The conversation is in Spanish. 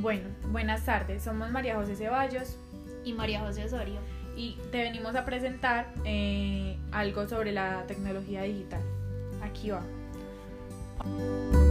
Bueno, buenas tardes. Somos María José Ceballos y María José Osorio. y te venimos a presentar eh, algo sobre la tecnología digital. Aquí va.